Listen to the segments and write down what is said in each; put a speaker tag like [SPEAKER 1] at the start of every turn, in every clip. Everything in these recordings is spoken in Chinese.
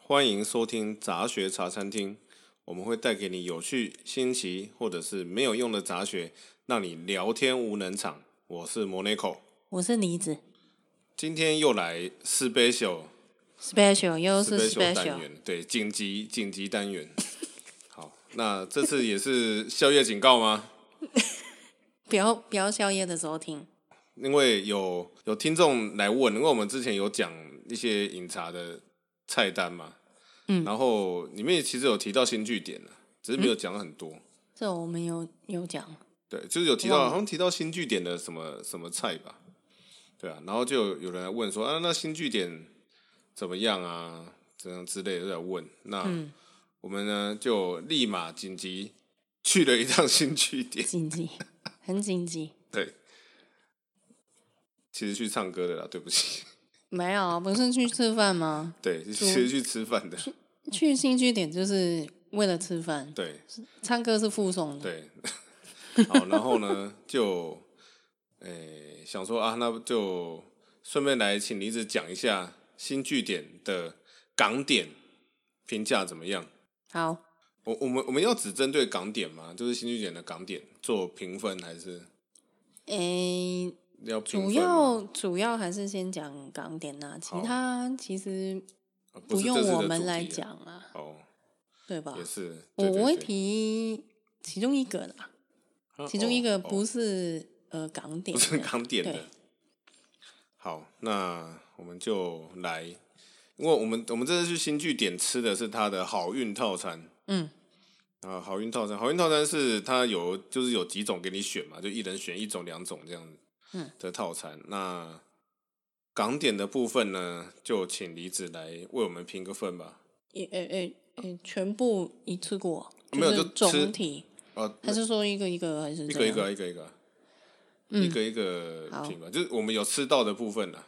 [SPEAKER 1] 欢迎收听杂学茶餐厅，我们会带给你有趣、新奇或者是没有用的杂学，让你聊天无能场。我是 Monaco，
[SPEAKER 2] 我是梨子
[SPEAKER 1] 今天又来 special
[SPEAKER 2] ，special 又是
[SPEAKER 1] special 单
[SPEAKER 2] special，
[SPEAKER 1] 元，对，紧急紧急单元。 好，那这次也是宵夜警告吗？
[SPEAKER 2] 不要不要宵夜的时候听，
[SPEAKER 1] 因为有有听众来问，因为我们之前有讲一些饮茶的菜单嘛，
[SPEAKER 2] 嗯
[SPEAKER 1] 然后里面其实有提到新据点了，只是没有讲很多。
[SPEAKER 2] 这我们有有讲，
[SPEAKER 1] 对，就是有提到，
[SPEAKER 2] 忘了
[SPEAKER 1] 好像提到新据点的什么什么菜吧，对啊，然后就有有人来问说啊，那新据点怎么样啊？怎样之类的在问，那
[SPEAKER 2] 嗯
[SPEAKER 1] 我们呢就立马紧急去了一趟新据点，
[SPEAKER 2] 紧急，很紧急，
[SPEAKER 1] 对，其实去唱歌的啦，对不起，
[SPEAKER 2] 没有，啊不是去吃饭吗？
[SPEAKER 1] 对，其实去吃饭的，
[SPEAKER 2] 去新据点就是为了吃饭，
[SPEAKER 1] 对
[SPEAKER 2] 唱歌是附送的，
[SPEAKER 1] 对，好，然后呢就，诶、想说啊，那就顺便来请梨子讲一下新据点的港点评价怎么样？
[SPEAKER 2] 好，
[SPEAKER 1] 我我们我们要只针对港点吗？就是新据点的港点做评分，还是
[SPEAKER 2] 诶、
[SPEAKER 1] 要评
[SPEAKER 2] 主
[SPEAKER 1] 分
[SPEAKER 2] 要
[SPEAKER 1] 吗
[SPEAKER 2] 主要还是先讲港点呐、其
[SPEAKER 1] 好
[SPEAKER 2] 他其实
[SPEAKER 1] 啊不
[SPEAKER 2] 不
[SPEAKER 1] 是
[SPEAKER 2] 用
[SPEAKER 1] 这次的
[SPEAKER 2] 我
[SPEAKER 1] 主
[SPEAKER 2] 们
[SPEAKER 1] 题
[SPEAKER 2] 来
[SPEAKER 1] 啊
[SPEAKER 2] 讲啊，
[SPEAKER 1] 哦，
[SPEAKER 2] 对吧？
[SPEAKER 1] 也是，
[SPEAKER 2] 我
[SPEAKER 1] 对对
[SPEAKER 2] 我会
[SPEAKER 1] 对
[SPEAKER 2] 提其中一个啦，
[SPEAKER 1] 啊
[SPEAKER 2] 其中一
[SPEAKER 1] 哦
[SPEAKER 2] 个
[SPEAKER 1] 哦
[SPEAKER 2] 不是、呃港点
[SPEAKER 1] 不
[SPEAKER 2] 的，
[SPEAKER 1] 是港点
[SPEAKER 2] 对
[SPEAKER 1] 的。好，那我们就来，因为我们我们这次去新据点吃的是它的好运套餐
[SPEAKER 2] 嗯
[SPEAKER 1] 啊，好运套餐，好运套餐是它有就是有几种给你选嘛，就一人选一种两种这样子，
[SPEAKER 2] 嗯
[SPEAKER 1] 的套餐。那港点的部分呢，就请李子来为我们评个分吧。
[SPEAKER 2] 也呃呃呃，全部一次过，
[SPEAKER 1] 没有
[SPEAKER 2] 是
[SPEAKER 1] 就吃
[SPEAKER 2] 总体，
[SPEAKER 1] 啊，
[SPEAKER 2] 还是说一个一个还是
[SPEAKER 1] 一
[SPEAKER 2] 怎
[SPEAKER 1] 个一
[SPEAKER 2] 样
[SPEAKER 1] 个一个一个一
[SPEAKER 2] 啊嗯
[SPEAKER 1] 个一个
[SPEAKER 2] 好
[SPEAKER 1] 评吧，就是我们有吃到的部分啦。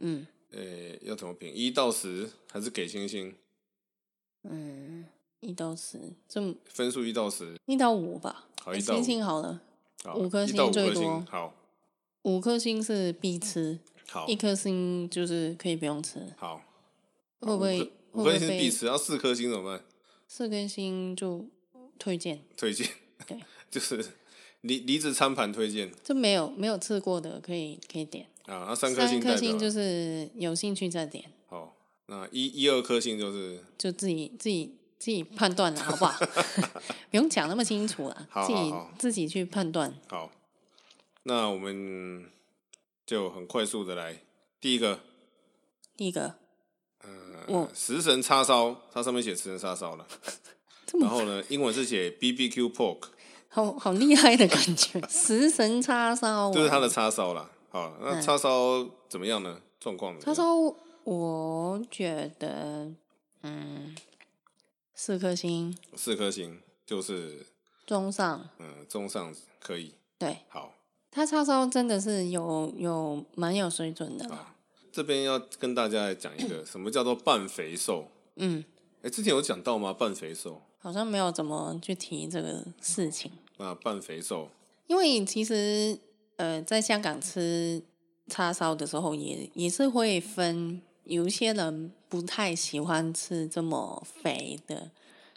[SPEAKER 2] 嗯
[SPEAKER 1] 呃、要怎么评？一到十还是给星星？
[SPEAKER 2] 嗯，一到十，这么
[SPEAKER 1] 分数一到十，
[SPEAKER 2] 一到五吧，
[SPEAKER 1] 好
[SPEAKER 2] 哎
[SPEAKER 1] 一到
[SPEAKER 2] 星
[SPEAKER 1] 五
[SPEAKER 2] 星好了，
[SPEAKER 1] 好
[SPEAKER 2] 五颗
[SPEAKER 1] 一
[SPEAKER 2] 星
[SPEAKER 1] 到五
[SPEAKER 2] 最
[SPEAKER 1] 颗星
[SPEAKER 2] 多
[SPEAKER 1] 好，
[SPEAKER 2] 五颗星是必吃，
[SPEAKER 1] 好
[SPEAKER 2] 一，颗星就是可以不用吃，
[SPEAKER 1] 好，
[SPEAKER 2] 会不会会
[SPEAKER 1] 五
[SPEAKER 2] 不
[SPEAKER 1] 颗
[SPEAKER 2] 会
[SPEAKER 1] 星是必
[SPEAKER 2] 被
[SPEAKER 1] 吃，然后四颗星怎么办？
[SPEAKER 2] 四颗星就推荐？
[SPEAKER 1] 推荐
[SPEAKER 2] 对，
[SPEAKER 1] 就是梨梨子餐盘推荐
[SPEAKER 2] 这没有没有吃过的可以可以点。
[SPEAKER 1] 啊，那三颗
[SPEAKER 2] 三
[SPEAKER 1] 星代
[SPEAKER 2] 颗
[SPEAKER 1] 表
[SPEAKER 2] 星就
[SPEAKER 1] 了
[SPEAKER 2] 是有兴趣再点，
[SPEAKER 1] 好，那一一二颗星就是
[SPEAKER 2] 就自己自己自己判断了，好 不好？不用讲那么清楚啦，
[SPEAKER 1] 好
[SPEAKER 2] 自己
[SPEAKER 1] 好好
[SPEAKER 2] 自己去判断。
[SPEAKER 1] 好。那我们就很快速的来第一个，
[SPEAKER 2] 第一个
[SPEAKER 1] 呃
[SPEAKER 2] 我，
[SPEAKER 1] 食神叉烧，它上面写食神叉烧了，
[SPEAKER 2] 哦这
[SPEAKER 1] 然
[SPEAKER 2] 么
[SPEAKER 1] 后呢，英文是写 B B Q pork，
[SPEAKER 2] 好好厉害的感觉， 食神叉烧、啊，
[SPEAKER 1] 就是它的叉烧啦。好，那
[SPEAKER 2] 嗯
[SPEAKER 1] 叉烧怎么样呢？状况怎么
[SPEAKER 2] 叉
[SPEAKER 1] 样
[SPEAKER 2] 烧，我觉得嗯，四颗星
[SPEAKER 1] 四颗星，就是
[SPEAKER 2] 中上，
[SPEAKER 1] 嗯，中上可以。
[SPEAKER 2] 对
[SPEAKER 1] 好，
[SPEAKER 2] 它叉烧真的是有有蛮有水准的啦，
[SPEAKER 1] 好，这边要跟大家来讲一个什么叫做半肥瘦。
[SPEAKER 2] 嗯，
[SPEAKER 1] 哎、之前有讲到吗？半肥瘦，
[SPEAKER 2] 好像没有怎么去提这个事情。
[SPEAKER 1] 那啊半肥瘦，
[SPEAKER 2] 因为其实呃，在香港吃叉烧的时候也，也是会分，有一些人不太喜欢吃这么肥的，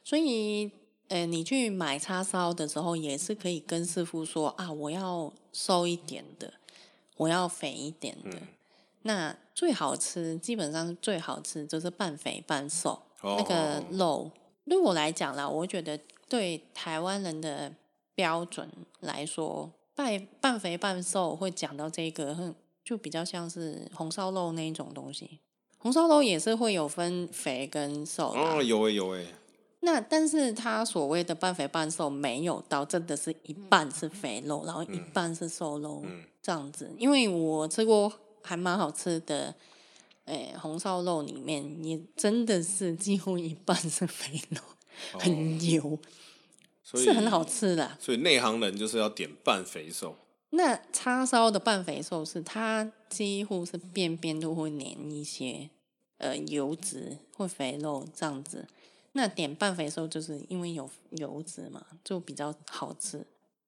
[SPEAKER 2] 所以呃，你去买叉烧的时候，也是可以跟师傅说啊，我要瘦一点的，我要肥一点的。那最好吃，基本上最好吃就是半肥半瘦，
[SPEAKER 1] 哦
[SPEAKER 2] 那个
[SPEAKER 1] 哦哦
[SPEAKER 2] 肉，对我来讲啦，我觉得对台湾人的标准来说，半半肥半瘦会讲到这个，很就比较像是红烧肉那一种东西。红烧肉也是会有分肥跟瘦啦，
[SPEAKER 1] 哦，有哎、有哎、
[SPEAKER 2] 那但是它所谓的半肥半瘦没有到，真的是一半是肥肉，然后一半是瘦肉、
[SPEAKER 1] 嗯
[SPEAKER 2] 这样子。因为我吃过还蛮好吃的，诶、红烧肉里面也真的是几乎一半是肥肉，很油，
[SPEAKER 1] 哦所以
[SPEAKER 2] 是很好。吃的。
[SPEAKER 1] 所以内行人就是要点半肥瘦，
[SPEAKER 2] 那叉烧的半肥瘦是它几乎是边边都会粘一些呃油脂或肥肉这样子。那点半肥瘦就是因为有油脂嘛，就比较好吃，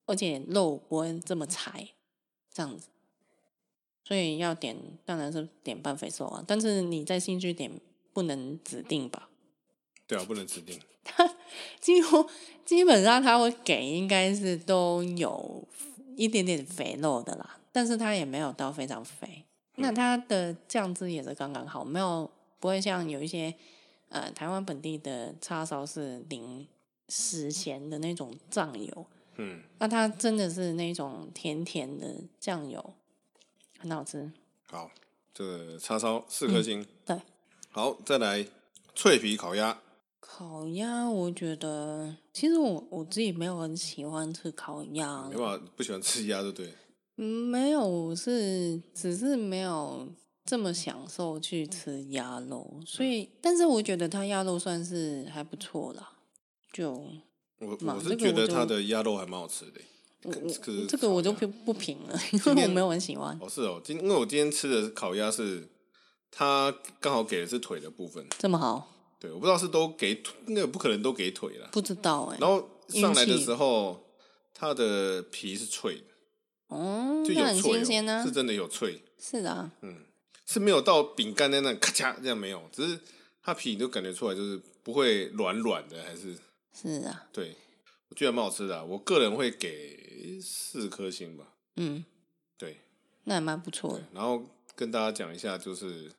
[SPEAKER 2] 而且肉不会这么柴，这样子。所以要点当然是点半肥瘦啊，但是你在兴趣点不能指定吧？
[SPEAKER 1] 对啊，不能指定。
[SPEAKER 2] 几乎 基本上他会给应该是都有一点点肥肉的啦，但是他也没有到非常肥。那它的酱汁也是刚刚好，没有不会像有一些呃台湾本地的叉烧是淋死咸的那种酱油，
[SPEAKER 1] 嗯，
[SPEAKER 2] 那它真的是那种甜甜的酱油，很好吃。
[SPEAKER 1] 好，这个叉烧四颗星。
[SPEAKER 2] 对，
[SPEAKER 1] 好，再来脆皮烤鸭。
[SPEAKER 2] 烤鸭，我觉得其实我我自己没有很喜欢吃烤鸭
[SPEAKER 1] 没，办法，不喜欢吃鸭，对不对？
[SPEAKER 2] 嗯没有，我是只是没有这么享受去吃鸭肉，
[SPEAKER 1] 嗯
[SPEAKER 2] 所以但是我觉得它鸭肉算是还不错啦，就
[SPEAKER 1] 我
[SPEAKER 2] 嘛
[SPEAKER 1] 我是
[SPEAKER 2] 这个
[SPEAKER 1] 觉
[SPEAKER 2] 我
[SPEAKER 1] 得
[SPEAKER 2] 就
[SPEAKER 1] 它的鸭肉还蛮好吃的。
[SPEAKER 2] 我
[SPEAKER 1] 可可
[SPEAKER 2] 我
[SPEAKER 1] 是
[SPEAKER 2] 这个
[SPEAKER 1] 烤
[SPEAKER 2] 我就
[SPEAKER 1] 鸭
[SPEAKER 2] 不不评了，
[SPEAKER 1] 嗯今
[SPEAKER 2] 因为我
[SPEAKER 1] 天
[SPEAKER 2] 没有很喜欢。
[SPEAKER 1] 哦，是哦，今因为我今天吃的烤鸭是，它刚好给的是腿的部分，
[SPEAKER 2] 这么好，
[SPEAKER 1] 对，我不知道是都给腿，那个不可能都给腿了。
[SPEAKER 2] 不知道哎、
[SPEAKER 1] 然后上来的
[SPEAKER 2] 运气
[SPEAKER 1] 时候，它的皮是脆的，
[SPEAKER 2] 哦，
[SPEAKER 1] 就
[SPEAKER 2] 那
[SPEAKER 1] 有嗯
[SPEAKER 2] 很
[SPEAKER 1] 脆、
[SPEAKER 2] 新鲜
[SPEAKER 1] 哦，
[SPEAKER 2] 呢
[SPEAKER 1] 是。真的有脆，
[SPEAKER 2] 是的啊，
[SPEAKER 1] 是没有到饼干在那咔嚓这样没有，只是它皮你都感觉出来，就是不会软软的，还是
[SPEAKER 2] 是啊，
[SPEAKER 1] 对，我觉得蛮好吃的啊、我个人会给四颗星吧，
[SPEAKER 2] 嗯，
[SPEAKER 1] 对，
[SPEAKER 2] 那还蛮不错的。
[SPEAKER 1] 然后跟大家讲一下，就是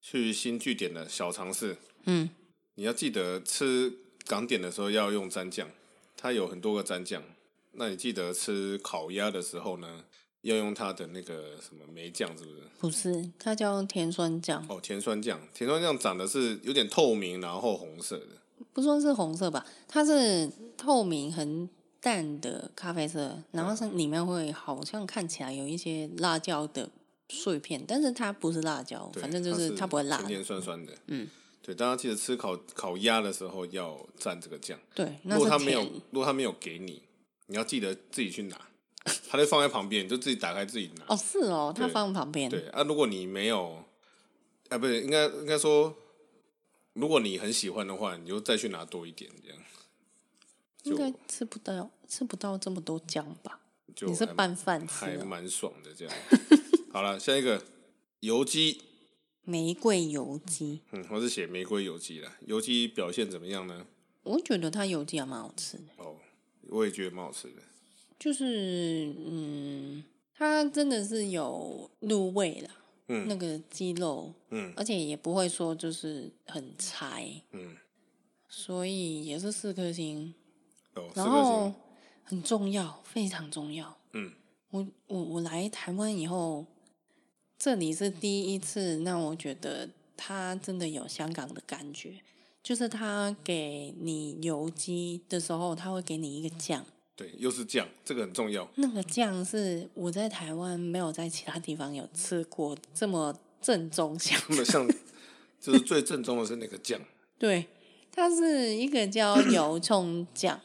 [SPEAKER 1] 去新据点的小尝试，
[SPEAKER 2] 嗯，
[SPEAKER 1] 你要记得吃港点的时候要用蘸酱，它有很多个蘸酱。那你记得吃烤鸭的时候呢，要用它的那个什么梅酱，是不是？
[SPEAKER 2] 不是，它叫甜酸酱，
[SPEAKER 1] 哦，甜酸酱，甜酸酱长得是有点透明，然后红色的。
[SPEAKER 2] 不算是红色吧，它是透明很淡的咖啡色，然后是里面会好像看起来有一些辣椒的碎片，但是它不是辣椒，
[SPEAKER 1] 对
[SPEAKER 2] 反正就
[SPEAKER 1] 它是
[SPEAKER 2] 它不会辣
[SPEAKER 1] 甜。甜酸酸的。
[SPEAKER 2] 嗯，
[SPEAKER 1] 对，大家记得吃烤烤鸭的时候要蘸这个酱。
[SPEAKER 2] 对，那
[SPEAKER 1] 如果
[SPEAKER 2] 是
[SPEAKER 1] 他没有
[SPEAKER 2] 甜。，
[SPEAKER 1] 如果他没有给你，你要记得自己去拿，他就放在旁边，你就自己打开自己拿。
[SPEAKER 2] 哦，是哦，它
[SPEAKER 1] 对
[SPEAKER 2] 放旁边。
[SPEAKER 1] 对啊，如果你没有，啊，不是，应该应该说，如果你很喜欢的话，你就再去拿多一点，这样
[SPEAKER 2] 应该
[SPEAKER 1] 就
[SPEAKER 2] 吃不到吃不到这么多酱吧？
[SPEAKER 1] 就
[SPEAKER 2] 你是
[SPEAKER 1] 还
[SPEAKER 2] 拌饭吃
[SPEAKER 1] 还
[SPEAKER 2] 哦、
[SPEAKER 1] 蛮爽的 这样。好了，下一个油鸡，
[SPEAKER 2] 玫瑰油鸡，
[SPEAKER 1] 嗯，我是写玫瑰油鸡啦。油鸡表现怎么样呢？
[SPEAKER 2] 我觉得它油鸡还蛮好吃的，
[SPEAKER 1] 哦，我也觉得蛮好吃的。
[SPEAKER 2] 就是嗯，它真的是有入味啦，
[SPEAKER 1] 嗯
[SPEAKER 2] 那个鸡肉，
[SPEAKER 1] 嗯
[SPEAKER 2] 而且也不会说就是很柴，
[SPEAKER 1] 嗯，
[SPEAKER 2] 所以也是四颗星，
[SPEAKER 1] 哦，四
[SPEAKER 2] 然
[SPEAKER 1] 颗
[SPEAKER 2] 后
[SPEAKER 1] 星，
[SPEAKER 2] 很重要，非常重要。
[SPEAKER 1] 嗯，
[SPEAKER 2] 我我我来台湾以后，这里是第一次让我觉得它真的有香港的感觉，就是它给你油鸡的时候，它会给你一个酱，
[SPEAKER 1] 对，又是酱，这个很重要。
[SPEAKER 2] 那个酱是我在台湾没有在其他地方有吃过这么正宗香
[SPEAKER 1] 那么像， 就是最正宗的是那个酱，
[SPEAKER 2] 对，它是一个叫油葱酱，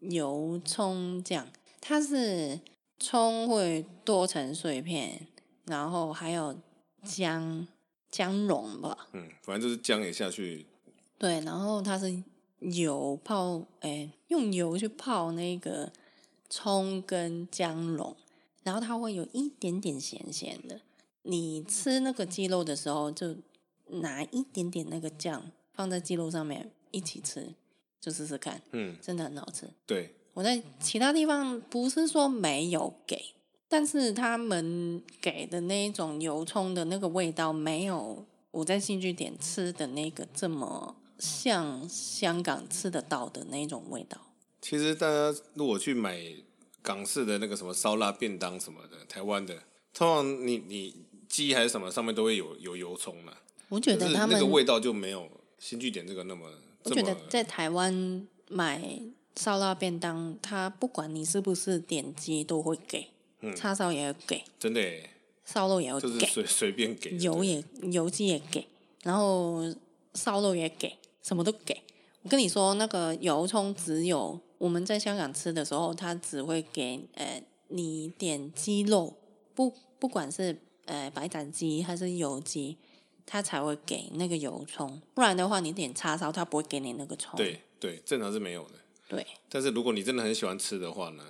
[SPEAKER 2] 油葱酱，它是葱会剁成碎片，然后还有姜姜蓉吧，
[SPEAKER 1] 嗯，反正就是姜也下去，
[SPEAKER 2] 对，然后它是油泡，哎、用油去泡那个葱跟姜蓉，然后它会有一点点咸咸的。你吃那个鸡肉的时候，就拿一点点那个酱放在鸡肉上面一起吃，就试试看，
[SPEAKER 1] 嗯，
[SPEAKER 2] 真的很好吃。
[SPEAKER 1] 对，
[SPEAKER 2] 我在其他地方不是说没有给，但是他们给的那一种油葱的那个味道，没有我在新据点吃的那个这么像香港吃得到的那种味道。
[SPEAKER 1] 其实大家如果去买港式的那个什么烧腊便当什么的，台湾的，通常你你鸡还是什么上面都会有有油葱啦，
[SPEAKER 2] 我觉
[SPEAKER 1] 可
[SPEAKER 2] 得
[SPEAKER 1] 是
[SPEAKER 2] 他
[SPEAKER 1] 那
[SPEAKER 2] 们
[SPEAKER 1] 个，味道就没有新据点这个那么
[SPEAKER 2] 我
[SPEAKER 1] 这
[SPEAKER 2] 觉得
[SPEAKER 1] 么
[SPEAKER 2] 在台湾买烧腊便当，它不管你是不是点鸡都会给，叉烧也会给，
[SPEAKER 1] 真的耶，
[SPEAKER 2] 烧肉也会
[SPEAKER 1] 嗯就是
[SPEAKER 2] 给，
[SPEAKER 1] 随随便给
[SPEAKER 2] 油
[SPEAKER 1] 对
[SPEAKER 2] 也油鸡也给，然后烧肉也给，什么都给。我跟你说，那个油葱只有我们在香港吃的时候，它只会给呃你点鸡肉，不不管是呃白斩鸡还是油鸡，它才会给那个油葱，不然的话你点叉烧，它不会给你那个葱。
[SPEAKER 1] 对对，正常是没有的。
[SPEAKER 2] 对
[SPEAKER 1] 但是如果你真的很喜欢吃的话呢，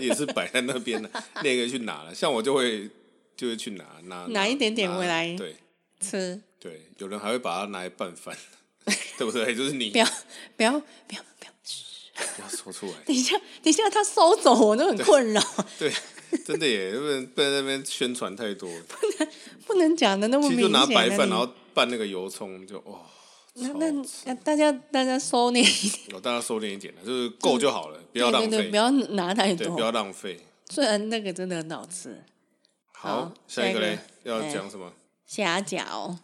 [SPEAKER 1] 也是摆在那边的，那个去拿了。像我就会就会去拿拿
[SPEAKER 2] 拿一点点回来
[SPEAKER 1] 对
[SPEAKER 2] 吃
[SPEAKER 1] 对，有人还会把它拿来拌饭，对不对？就是你
[SPEAKER 2] 不要不要不要不要，
[SPEAKER 1] 不要说出来，
[SPEAKER 2] 等一下等一下他收走我都很困扰，
[SPEAKER 1] 对，真的耶，不能不能在那边宣传太多，
[SPEAKER 2] 不能讲的那么
[SPEAKER 1] 其
[SPEAKER 2] 明
[SPEAKER 1] 实
[SPEAKER 2] 显
[SPEAKER 1] 就
[SPEAKER 2] 啊。
[SPEAKER 1] 拿白饭，
[SPEAKER 2] 你
[SPEAKER 1] 然后拌那个油葱，就哦，
[SPEAKER 2] 那
[SPEAKER 1] 超
[SPEAKER 2] 那那大家大家收敛一点，
[SPEAKER 1] 我大家收敛一点了，就是够就好了，不要浪
[SPEAKER 2] 对对对，
[SPEAKER 1] 费
[SPEAKER 2] 不，要拿太
[SPEAKER 1] 对，不要
[SPEAKER 2] 多。
[SPEAKER 1] 浪费。
[SPEAKER 2] 虽然那个真的很好吃，
[SPEAKER 1] 好
[SPEAKER 2] 好，
[SPEAKER 1] 下一
[SPEAKER 2] 下一
[SPEAKER 1] 个
[SPEAKER 2] 个
[SPEAKER 1] 嘞，要
[SPEAKER 2] 哎
[SPEAKER 1] 讲什么？
[SPEAKER 2] 虾饺，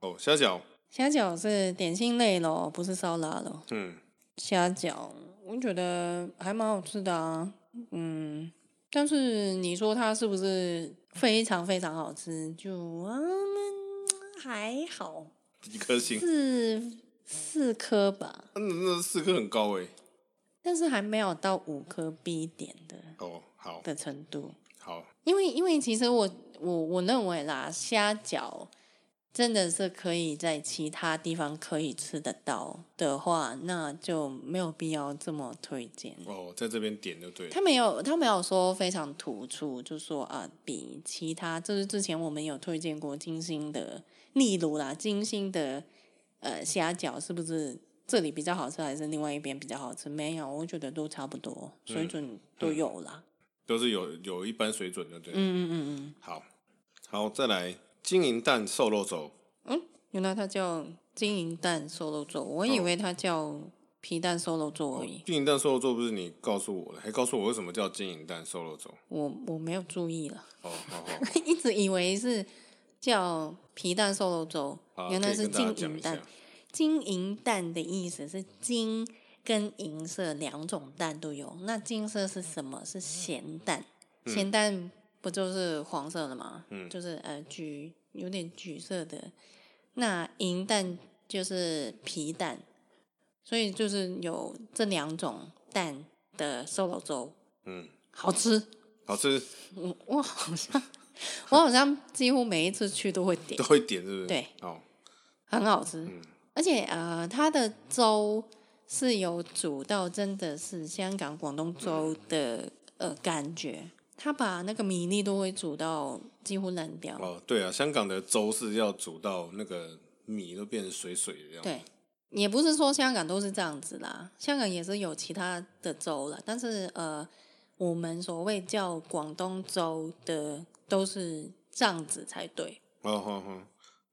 [SPEAKER 1] 哦，虾饺，
[SPEAKER 2] 虾饺是点心类咯，不是烧腊咯。
[SPEAKER 1] 嗯，
[SPEAKER 2] 虾饺，我觉得还蛮好吃的啊，嗯，但是你说它是不是非常非常好吃？就啊、嗯还好，
[SPEAKER 1] 一颗星，
[SPEAKER 2] 四四颗吧，
[SPEAKER 1] 嗯，那四颗很高哎。
[SPEAKER 2] 但是还没有到五颗 B 点的
[SPEAKER 1] 哦，好，
[SPEAKER 2] 的程度。
[SPEAKER 1] 好，
[SPEAKER 2] 因为因为其实我我我认为啦，虾饺真的是可以在其他地方可以吃得到的话，那就没有必要这么推荐。
[SPEAKER 1] 哦，在这边点就对了。
[SPEAKER 2] 他没有，他没有说非常突出，就说啊，比其他就是之前我们有推荐过金星的，例如啦，金星的呃虾饺是不是这里比较好吃，还是另外一边比较好吃？没有，我觉得都差不多，水准都有啦。
[SPEAKER 1] 都是有有一般水准的，对。
[SPEAKER 2] 嗯嗯嗯嗯，
[SPEAKER 1] 好，好，再来金银蛋瘦肉粥，
[SPEAKER 2] 原来它叫金银蛋瘦肉粥，我
[SPEAKER 1] 哦
[SPEAKER 2] 以为它叫皮蛋瘦肉粥而已，
[SPEAKER 1] 金银蛋瘦肉粥不是你告诉我的，还告诉我为什么叫金银蛋瘦肉粥。
[SPEAKER 2] 我我没有注意了，
[SPEAKER 1] 哦，好好，
[SPEAKER 2] 一直以为是叫皮蛋瘦肉粥
[SPEAKER 1] 好，
[SPEAKER 2] 原来是
[SPEAKER 1] 可以跟大家
[SPEAKER 2] 金
[SPEAKER 1] 讲
[SPEAKER 2] 银
[SPEAKER 1] 一下
[SPEAKER 2] 蛋。。金银蛋的意思是金跟银色两种蛋都有。那金色是什么？是咸蛋。咸蛋不就是黄色的吗？
[SPEAKER 1] 嗯
[SPEAKER 2] 就是呃橘，有点橘色的。那银蛋就是皮蛋，所以就是有这两种蛋的瘦肉粥，
[SPEAKER 1] 嗯，
[SPEAKER 2] 好吃。
[SPEAKER 1] 好 吃
[SPEAKER 2] 我我好像 我好像几乎每一次去都会点
[SPEAKER 1] 都。会点，是不是？
[SPEAKER 2] 对。
[SPEAKER 1] 好，
[SPEAKER 2] 很好吃，
[SPEAKER 1] 嗯
[SPEAKER 2] 而且呃，它的粥是有煮到真的是香港广东
[SPEAKER 1] 嗯
[SPEAKER 2] 粥的呃感觉，它把那个米粒都会煮到几乎烂掉，
[SPEAKER 1] 哦，对啊，香港的粥是要煮到那个米都变成水水的样子。
[SPEAKER 2] 对。也不是说香港都是这样子啦，香港也是有其他的粥啦，但是呃，我们所谓叫广东粥的都是这样子才对，
[SPEAKER 1] 哦，好好，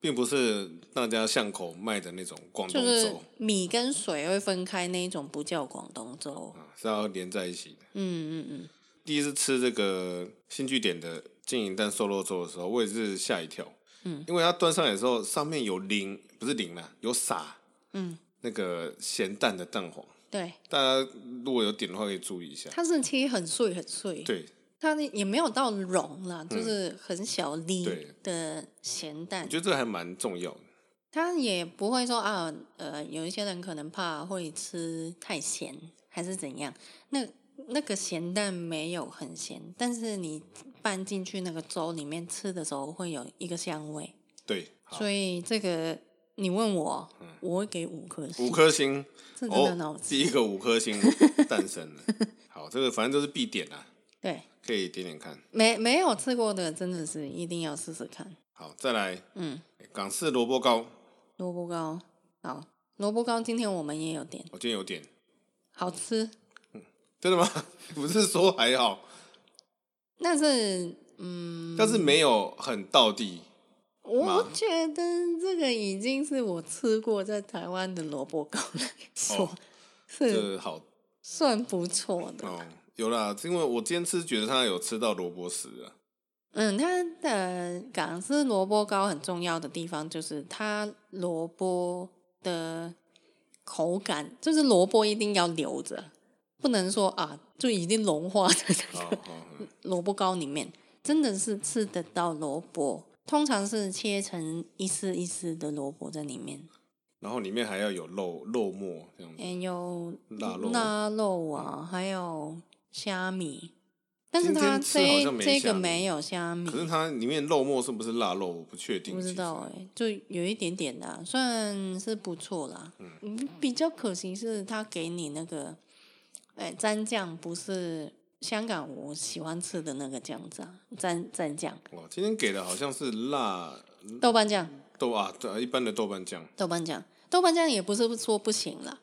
[SPEAKER 1] 并不是大家巷口卖的那种广
[SPEAKER 2] 就
[SPEAKER 1] 东
[SPEAKER 2] 是
[SPEAKER 1] 粥，
[SPEAKER 2] 米跟水会分开那一种不叫广东粥。
[SPEAKER 1] 啊，是要连在一起的。
[SPEAKER 2] 嗯嗯嗯，
[SPEAKER 1] 第一次吃这个新据点的金银蛋瘦肉粥的时候，我也是吓一跳，嗯，因为它端上来的时候，上面有淋，不是淋啦，有撒，
[SPEAKER 2] 嗯，
[SPEAKER 1] 那个咸蛋的蛋黄，
[SPEAKER 2] 对。
[SPEAKER 1] 大家如果有点的话，可以注意一下。
[SPEAKER 2] 它是切很碎很碎，
[SPEAKER 1] 对嗯
[SPEAKER 2] 它也没有到蓉啦，就是很小粒
[SPEAKER 1] 对
[SPEAKER 2] 的咸蛋
[SPEAKER 1] 我觉。得这个还蛮重要的，
[SPEAKER 2] 它也不会说啊，呃，有一些人可能怕会吃太咸还是怎样，那那个咸蛋没有很咸，但是你拌进去那个粥里面吃的时候会有一个香味，
[SPEAKER 1] 对，好，嗯
[SPEAKER 2] 所以这个你问我，我会给五颗星，
[SPEAKER 1] 五颗星
[SPEAKER 2] 这真的很好
[SPEAKER 1] 哦，
[SPEAKER 2] 吃，
[SPEAKER 1] 第一个五颗星 诞生了。好，这个反正都是必点啦，
[SPEAKER 2] 对，
[SPEAKER 1] 可以点点看。
[SPEAKER 2] 没没有吃过的真的是一定要试试看。
[SPEAKER 1] 好，再来，
[SPEAKER 2] 嗯，
[SPEAKER 1] 港式萝卜糕，
[SPEAKER 2] 萝卜糕，好，萝卜糕今天我们也有点，
[SPEAKER 1] 我今天有点，
[SPEAKER 2] 好吃，
[SPEAKER 1] 真的吗？ 不是说还好，
[SPEAKER 2] 但是嗯，
[SPEAKER 1] 但是没有很到地。
[SPEAKER 2] 我
[SPEAKER 1] 吗
[SPEAKER 2] 觉得这个已经是我吃过在台湾的萝卜糕来说、
[SPEAKER 1] 哦
[SPEAKER 2] 是
[SPEAKER 1] 这好
[SPEAKER 2] 算不错的。
[SPEAKER 1] 哦，有啦，因为我今天吃觉得它有吃到萝卜丝啊，
[SPEAKER 2] 嗯，它的港式萝卜糕很重要的地方就是它萝卜的口感，就是萝卜一定要留着，不能说啊就已经融化在那
[SPEAKER 1] 哦
[SPEAKER 2] 个
[SPEAKER 1] 哦，嗯
[SPEAKER 2] 萝卜糕里面，真的是吃得到萝卜，通常是切成一丝一丝的萝卜在里面，
[SPEAKER 1] 然后里面还要有肉肉末这样子，
[SPEAKER 2] 嗯，有
[SPEAKER 1] 腊肉
[SPEAKER 2] 腊肉啊，还有虾米，但是
[SPEAKER 1] 今
[SPEAKER 2] 它
[SPEAKER 1] 天吃好
[SPEAKER 2] 这
[SPEAKER 1] 像没
[SPEAKER 2] 这个
[SPEAKER 1] 虾米
[SPEAKER 2] 没有虾米
[SPEAKER 1] 可，是它里面肉末是不是腊肉，我不确定，
[SPEAKER 2] 不知道哎、就有一点点啦，算是不错啦。嗯，比较可惜是它给你那个，哎、蘸酱不是香港我喜欢吃的那个酱蘸蘸蘸酱，
[SPEAKER 1] 其实。哦，今天给的好像是辣嗯
[SPEAKER 2] 豆瓣酱。
[SPEAKER 1] 豆啊，对，一般的豆瓣酱，
[SPEAKER 2] 豆瓣酱，豆瓣酱也不是说不行啦，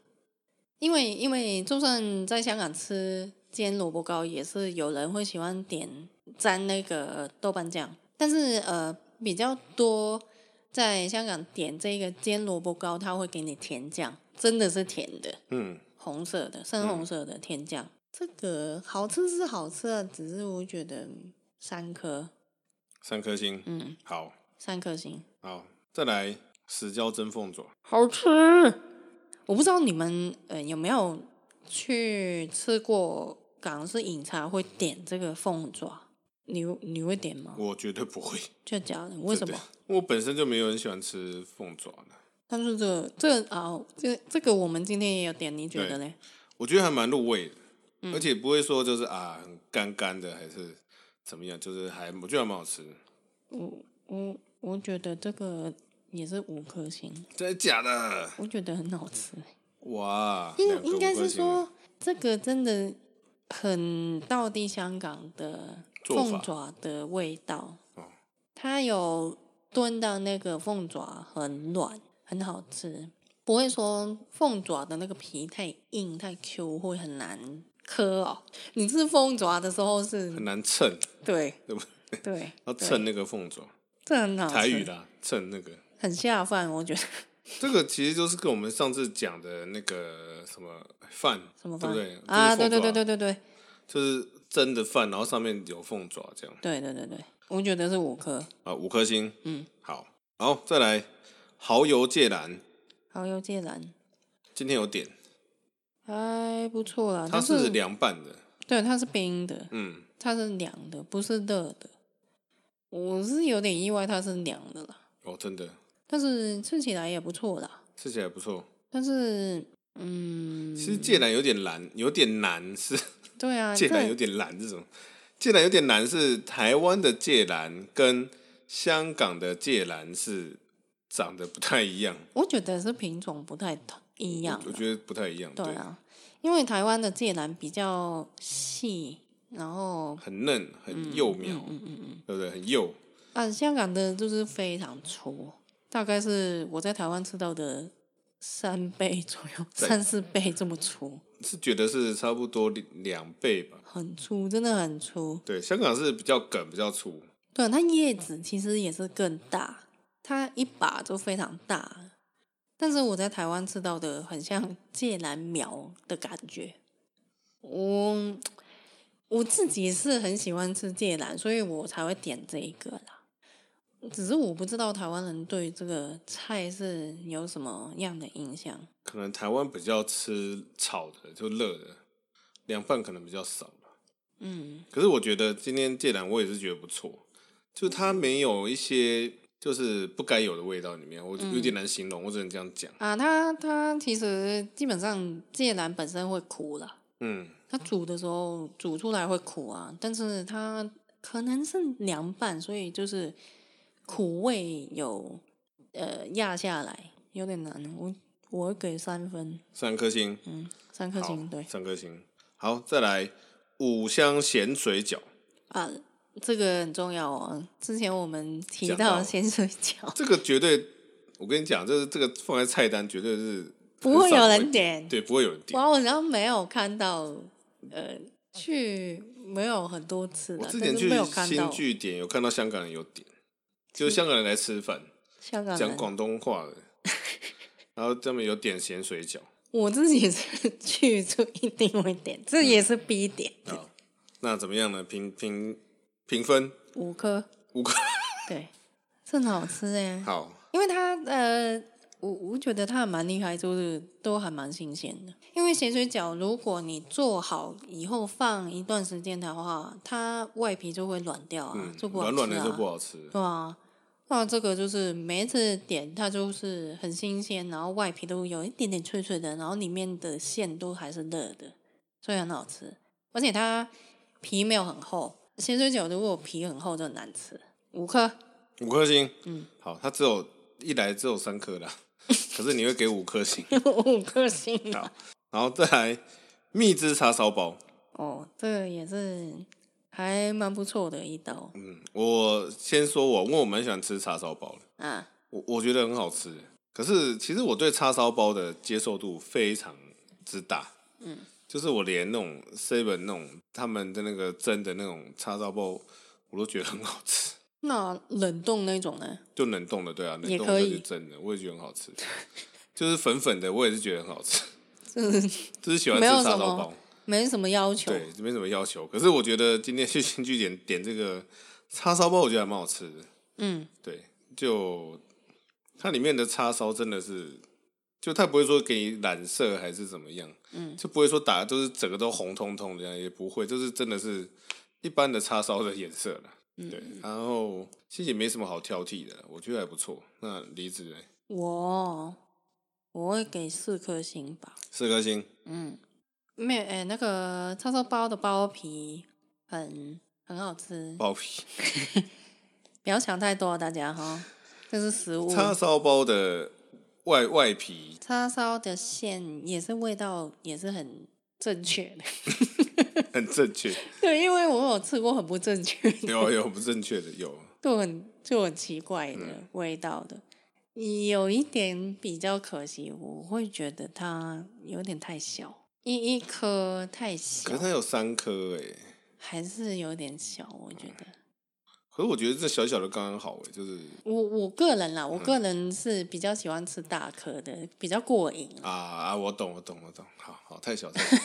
[SPEAKER 2] 因为因为就算在香港吃煎萝卜糕，也是有人会喜欢点沾那个豆瓣酱，但是呃比较多在香港点这个煎萝卜糕，它会给你甜酱，真的是甜的，
[SPEAKER 1] 嗯，
[SPEAKER 2] 红色的深红色的甜酱。这个好吃是好吃啊，只是我觉得三颗，
[SPEAKER 1] 三颗星，
[SPEAKER 2] 嗯，
[SPEAKER 1] 好
[SPEAKER 2] 三颗星。
[SPEAKER 1] 好，再来石椒蒸凤爪，
[SPEAKER 2] 好吃。我不知道你们呃有没有去吃过港式饮茶会点这个凤爪，你你会点吗？
[SPEAKER 1] 我绝对不会，
[SPEAKER 2] 就假 的，为什么
[SPEAKER 1] 真？的？我本身就没有很喜欢吃凤爪的，
[SPEAKER 2] 但是这个这个啊、这这个我们今天也有点，你觉得嘞？
[SPEAKER 1] 我觉得还蛮入味的，
[SPEAKER 2] 嗯
[SPEAKER 1] 而且不会说就是啊很干干的还是怎么样，就是还我觉得还蛮好吃的，
[SPEAKER 2] 我我我觉得这个也是五颗星，
[SPEAKER 1] 真的假的？
[SPEAKER 2] 我觉得很好吃。
[SPEAKER 1] 哇，两
[SPEAKER 2] 应
[SPEAKER 1] 个
[SPEAKER 2] 应该
[SPEAKER 1] 五颗
[SPEAKER 2] 是
[SPEAKER 1] 星
[SPEAKER 2] 说这个真的很道地香港的
[SPEAKER 1] 做法
[SPEAKER 2] 凤爪的味道
[SPEAKER 1] 哦，
[SPEAKER 2] 它有炖到那个凤爪很软，很好吃，不会说凤爪的那个皮太硬太 Q 会很难磕哦。你吃凤爪的时候是
[SPEAKER 1] 很难称，
[SPEAKER 2] 对
[SPEAKER 1] 对不对？
[SPEAKER 2] 对，
[SPEAKER 1] 要
[SPEAKER 2] 对哦
[SPEAKER 1] 称那个凤爪，
[SPEAKER 2] 这很好吃，
[SPEAKER 1] 台语啦，称那个。
[SPEAKER 2] 很下饭，我觉得
[SPEAKER 1] 这个其实就是跟我们上次讲的那个什么饭，
[SPEAKER 2] 什么
[SPEAKER 1] 对
[SPEAKER 2] 饭
[SPEAKER 1] 不对？
[SPEAKER 2] 啊？
[SPEAKER 1] 就
[SPEAKER 2] 对
[SPEAKER 1] 是凤
[SPEAKER 2] 对对
[SPEAKER 1] 爪
[SPEAKER 2] 对，对对
[SPEAKER 1] 就是蒸的饭，然后上面有凤爪这样
[SPEAKER 2] 对对对对，我觉得是五颗。
[SPEAKER 1] 啊，五颗星，
[SPEAKER 2] 嗯，
[SPEAKER 1] 好，好，再来蚝油芥兰，
[SPEAKER 2] 蚝油芥兰，
[SPEAKER 1] 今天有点，
[SPEAKER 2] 还不错啦，
[SPEAKER 1] 它
[SPEAKER 2] 但
[SPEAKER 1] 是凉拌的，
[SPEAKER 2] 对，它是冰的，
[SPEAKER 1] 嗯，
[SPEAKER 2] 它是凉的，不是热的。我是有点意外它是凉的啦，
[SPEAKER 1] 哦，真的
[SPEAKER 2] 但是吃起来也不错啦。
[SPEAKER 1] 吃起来不错。
[SPEAKER 2] 但是，嗯，
[SPEAKER 1] 其实芥兰有点难，有点难是
[SPEAKER 2] 对 啊，
[SPEAKER 1] 芥兰
[SPEAKER 2] 这
[SPEAKER 1] 有点难是什么？芥兰有点难是台湾的芥兰跟香港的芥兰是长得不太一样，
[SPEAKER 2] 我觉得是品种不太同一样
[SPEAKER 1] 我
[SPEAKER 2] 啦
[SPEAKER 1] 我觉得不太一样，
[SPEAKER 2] 对啊，因为台湾的芥兰比较细，然后
[SPEAKER 1] 很嫩，很
[SPEAKER 2] 嗯
[SPEAKER 1] 幼苗，对不对？很幼，
[SPEAKER 2] 啊，香港的就是非常粗，大概是我在台湾吃到的三倍左右，
[SPEAKER 1] 对
[SPEAKER 2] 三四倍这么粗，
[SPEAKER 1] 是觉得是差不多两两倍吧。
[SPEAKER 2] 很粗，真的很粗。
[SPEAKER 1] 对，香港是比较梗，比较粗，
[SPEAKER 2] 对，啊它叶子其实也是更大，它一把就非常大。但是我在台湾吃到的很像芥兰苗的感觉。我我自己是很喜欢吃芥兰，所以我才会点这一个啦。只是我不知道台湾人对这个菜是有什么样的印象。
[SPEAKER 1] 可能台湾比较吃炒的，就热的，凉拌可能比较少吧。
[SPEAKER 2] 嗯，
[SPEAKER 1] 可是我觉得今天芥兰我也是觉得不错，就它没有一些就是不该有的味道里面，我
[SPEAKER 2] 嗯
[SPEAKER 1] 有点难形容，我只能这样讲。
[SPEAKER 2] 啊，它它其实基本上芥兰本身会苦啦。
[SPEAKER 1] 嗯，
[SPEAKER 2] 它煮的时候煮出来会苦啊，但是它可能是凉拌，所以就是苦味有呃压下来，有点难。我我会给三分，
[SPEAKER 1] 三颗星，
[SPEAKER 2] 嗯，三颗
[SPEAKER 1] 好
[SPEAKER 2] 星对
[SPEAKER 1] 三颗星。好，再来五香咸水饺，
[SPEAKER 2] 啊，这个很重要哦。之前我们提
[SPEAKER 1] 讲
[SPEAKER 2] 到
[SPEAKER 1] 到
[SPEAKER 2] 鲜水饺，
[SPEAKER 1] 这个绝对，我跟你讲，就是这个放在菜单绝对是
[SPEAKER 2] 不会
[SPEAKER 1] 很少
[SPEAKER 2] 有人点
[SPEAKER 1] 对，不会有人点。
[SPEAKER 2] 哇，我好像没有看到，呃，去没有很多次
[SPEAKER 1] 我
[SPEAKER 2] 了，
[SPEAKER 1] 之前
[SPEAKER 2] 但
[SPEAKER 1] 去
[SPEAKER 2] 是没有看
[SPEAKER 1] 新
[SPEAKER 2] 到
[SPEAKER 1] 据点有看到香港人有点，就是香港人来吃饭，
[SPEAKER 2] 香港
[SPEAKER 1] 讲
[SPEAKER 2] 人。
[SPEAKER 1] 广东话 的，然后他们有点咸水饺。
[SPEAKER 2] 我自己是去就一定会点，这也是必点。
[SPEAKER 1] 好，那怎么样呢？评评评分
[SPEAKER 2] 五颗，
[SPEAKER 1] 五颗，
[SPEAKER 2] 对，真的好吃哎、
[SPEAKER 1] 好，
[SPEAKER 2] 因为它呃，我我觉得它还蛮厉害，就是都还蛮新鲜的。因为咸水饺，如果你做好以后放一段时间的话，它外皮就会软掉啊，
[SPEAKER 1] 嗯
[SPEAKER 2] 就，不好吃
[SPEAKER 1] 软
[SPEAKER 2] 啊。
[SPEAKER 1] 软的就不好吃，
[SPEAKER 2] 对啊，那这个就是每一次点它就是很新鲜，然后外皮都有一点点脆脆的，然后里面的馅都还是热的，所以很好吃。而且它皮没有很厚，咸水饺如果皮很厚就很难吃。五颗，
[SPEAKER 1] 五颗星。嗯，好，它只有一来只有三颗啦， 可是你会给五颗星。
[SPEAKER 2] 五颗星啊
[SPEAKER 1] 好，然后再来蜜汁叉烧包。
[SPEAKER 2] 哦，这个也是还蛮不错的一道
[SPEAKER 1] 嗯，我先说我，因为我蛮喜欢吃叉烧包的，
[SPEAKER 2] 啊。
[SPEAKER 1] 我我觉得很好吃，可是其实我对叉烧包的接受度非常之大，嗯，就是我连那种 seven 那种他们的那个蒸的那种叉烧包，我都觉得很好吃，
[SPEAKER 2] 那冷冻那种呢？
[SPEAKER 1] 就冷冻的，对啊，冷
[SPEAKER 2] 也
[SPEAKER 1] 冻
[SPEAKER 2] 可
[SPEAKER 1] 的
[SPEAKER 2] 以
[SPEAKER 1] 就蒸的，我也觉得很好吃，就是粉粉的，我也是觉得很好吃，
[SPEAKER 2] 就是
[SPEAKER 1] 就是喜欢吃
[SPEAKER 2] 没有
[SPEAKER 1] 叉烧
[SPEAKER 2] 什么
[SPEAKER 1] 包，
[SPEAKER 2] 没什么要求。
[SPEAKER 1] 对，没什么要求。可是我觉得今天去新据点点这个叉烧包，我觉得还蛮好吃的。
[SPEAKER 2] 嗯，
[SPEAKER 1] 对，就它里面的叉烧真的是，就它不会说给你染色还是怎么样，嗯，就不会说打都是整个都红彤彤的这样，也不会，就是真的是一般的叉烧的颜色了。对，然后其实也没什么好挑剔的，我觉得还不错。那梨子呢
[SPEAKER 2] 我哦我会给四颗星吧。
[SPEAKER 1] 四颗星，
[SPEAKER 2] 嗯，没有，哎、那个叉烧包的包皮很很好吃，
[SPEAKER 1] 包皮
[SPEAKER 2] 不要想太多，啊大家哈，这是食物。
[SPEAKER 1] 叉烧包的外外皮
[SPEAKER 2] 叉烧的馅也是味道也是很正确的，
[SPEAKER 1] 很正确，
[SPEAKER 2] 对，因为我有吃过很不正确的，
[SPEAKER 1] 有啊有不正确的有，
[SPEAKER 2] 就很就很奇怪的
[SPEAKER 1] 嗯
[SPEAKER 2] 味道的。有一点比较可惜，我会觉得它有点太小，一一颗太小
[SPEAKER 1] 可是，它有三颗哎、
[SPEAKER 2] 还是有点小，我觉得。
[SPEAKER 1] 可是我觉得这小小的刚刚好哎、就是
[SPEAKER 2] 我我个人啦，
[SPEAKER 1] 嗯
[SPEAKER 2] 我个人是比较喜欢吃大颗的，比较过瘾 啊。
[SPEAKER 1] 啊啊！我懂，我懂，我懂。好好，太小，太 小，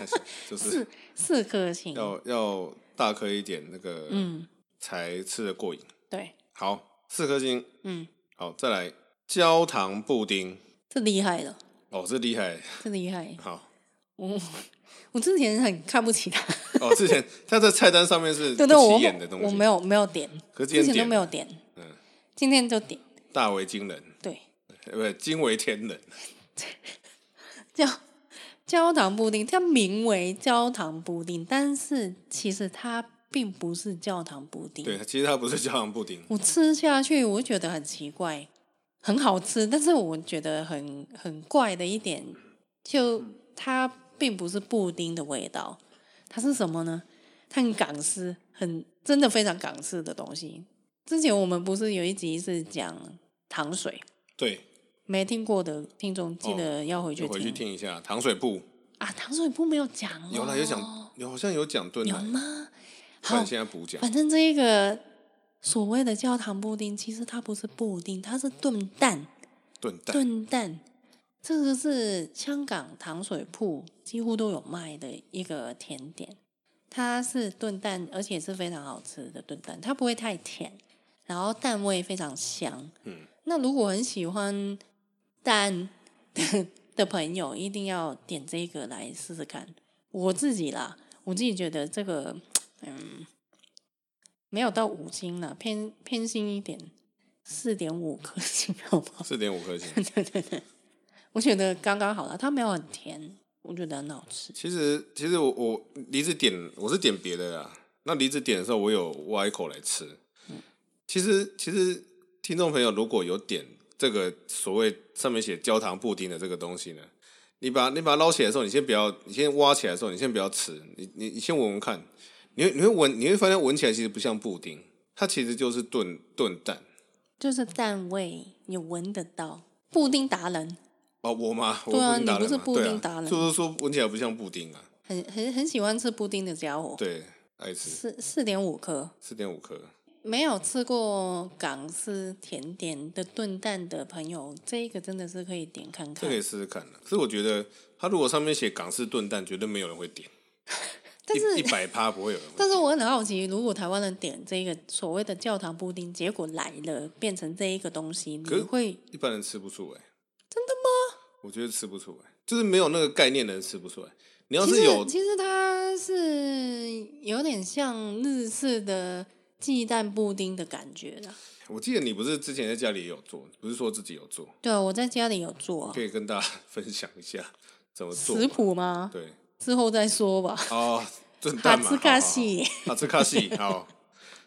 [SPEAKER 1] 太小，就是
[SPEAKER 2] 四四颗星，
[SPEAKER 1] 要要大颗一点，那个
[SPEAKER 2] 嗯，
[SPEAKER 1] 才吃得过瘾。
[SPEAKER 2] 对，
[SPEAKER 1] 好，四颗星。
[SPEAKER 2] 嗯，
[SPEAKER 1] 好，再来焦糖布丁。
[SPEAKER 2] 这厉害了，
[SPEAKER 1] 哦，这厉害。
[SPEAKER 2] 这厉害。
[SPEAKER 1] 好，
[SPEAKER 2] 我我之前很看不起他，
[SPEAKER 1] 哦，之 前他在菜单上面是不
[SPEAKER 2] 对对，我
[SPEAKER 1] 起眼的东西，
[SPEAKER 2] 我没有没有点，
[SPEAKER 1] 可是今天
[SPEAKER 2] 之前都
[SPEAKER 1] 点
[SPEAKER 2] 没有点，
[SPEAKER 1] 嗯，
[SPEAKER 2] 今天就点，
[SPEAKER 1] 大为惊人，
[SPEAKER 2] 对，
[SPEAKER 1] 呃不是惊为天人。
[SPEAKER 2] 焦焦糖布丁，它名为焦糖布丁，但是其实它并不是焦糖布丁，
[SPEAKER 1] 对，其实它不是焦糖布丁，
[SPEAKER 2] 我吃下去，我觉得很奇怪，很好吃，但是我觉得很很怪的一点，就它并不是布丁的味道，它是什么呢？它很港式，很真的非常港式的东西。之前我们不是有一集是讲糖水，
[SPEAKER 1] 对，
[SPEAKER 2] 没听过的听众记得要回去
[SPEAKER 1] 就
[SPEAKER 2] 听,、
[SPEAKER 1] 哦回去听一下糖水铺。
[SPEAKER 2] 啊。糖水不没有讲、哦，
[SPEAKER 1] 有啦，有讲，有好像有讲炖
[SPEAKER 2] 有
[SPEAKER 1] 奶，
[SPEAKER 2] 吗？
[SPEAKER 1] 不
[SPEAKER 2] 好
[SPEAKER 1] 然，现在补讲。
[SPEAKER 2] 反正这个所谓的焦糖布丁，其实它不是布丁，它是炖蛋。
[SPEAKER 1] 炖蛋，
[SPEAKER 2] 炖蛋，这个是香港糖水铺几乎都有卖的一个甜点。它是炖蛋，而且是非常好吃的炖蛋，它不会太甜，然后蛋味非常香。
[SPEAKER 1] 嗯，
[SPEAKER 2] 那如果很喜欢蛋 的的朋友，一定要点这个来试试看。我自己啦，我自己觉得这个，嗯，没有到五星啦，偏偏心一点，四点五颗星，好不好？
[SPEAKER 1] 四点五颗星。
[SPEAKER 2] 对对对，我觉得刚刚好了，它没有很甜，我觉得很好吃。
[SPEAKER 1] 其实其实我我梨子点我是点别的啦，那梨子点的时候我有挖一口来吃。其实其实听众朋友如果有点这个所谓上面写焦糖布丁的这个东西呢，你把你把它捞起来的时候，你先不要，你先挖起来的时候，你先不要吃，你你你先闻闻看，你会你会闻你会发现闻起来其实不像布丁，它其实就是炖炖蛋。
[SPEAKER 2] 就是蛋味你闻得到，布丁达人
[SPEAKER 1] 哦，我吗？我
[SPEAKER 2] 对啊
[SPEAKER 1] 布丁达人
[SPEAKER 2] 你不是
[SPEAKER 1] 吗
[SPEAKER 2] 布
[SPEAKER 1] 对
[SPEAKER 2] 丁
[SPEAKER 1] 啊
[SPEAKER 2] 达人
[SPEAKER 1] 就是说闻起来不像布丁啊。
[SPEAKER 2] 很很很喜欢吃布丁的家伙，
[SPEAKER 1] 对，爱吃
[SPEAKER 2] 四四点五颗。
[SPEAKER 1] 四点五颗。
[SPEAKER 2] 没有吃过港式甜点的炖蛋的朋友，这个真的是可以点看
[SPEAKER 1] 这
[SPEAKER 2] 看
[SPEAKER 1] 可以。试试看啦可是我觉得，它如果上面写港式炖蛋，绝对没有人会点，
[SPEAKER 2] 但
[SPEAKER 1] 一
[SPEAKER 2] 是，
[SPEAKER 1] 百趴不会有人会。
[SPEAKER 2] 但是我很好奇，如果台湾人点这个所谓的教堂布丁，结果来了变成这一个东西，你
[SPEAKER 1] 可是
[SPEAKER 2] 会
[SPEAKER 1] 一般人吃不出来。真的吗？我觉得吃不出来，就是没有那个概念的人吃不出来。你要
[SPEAKER 2] 其
[SPEAKER 1] 是
[SPEAKER 2] 实
[SPEAKER 1] 有，
[SPEAKER 2] 其实它是有点像日式的鸡蛋布丁的感觉啦。
[SPEAKER 1] 我记得你不是之前在家里也有做，不是说自己有做，
[SPEAKER 2] 对啊，我在家里有做啊
[SPEAKER 1] 可以跟大家分享一下怎么做
[SPEAKER 2] 食。谱吗？
[SPEAKER 1] 对，
[SPEAKER 2] 之后再说吧。
[SPEAKER 1] 哦，炖 蛋嘛，
[SPEAKER 2] 哈兹卡西
[SPEAKER 1] 好，好好哈兹卡西，好。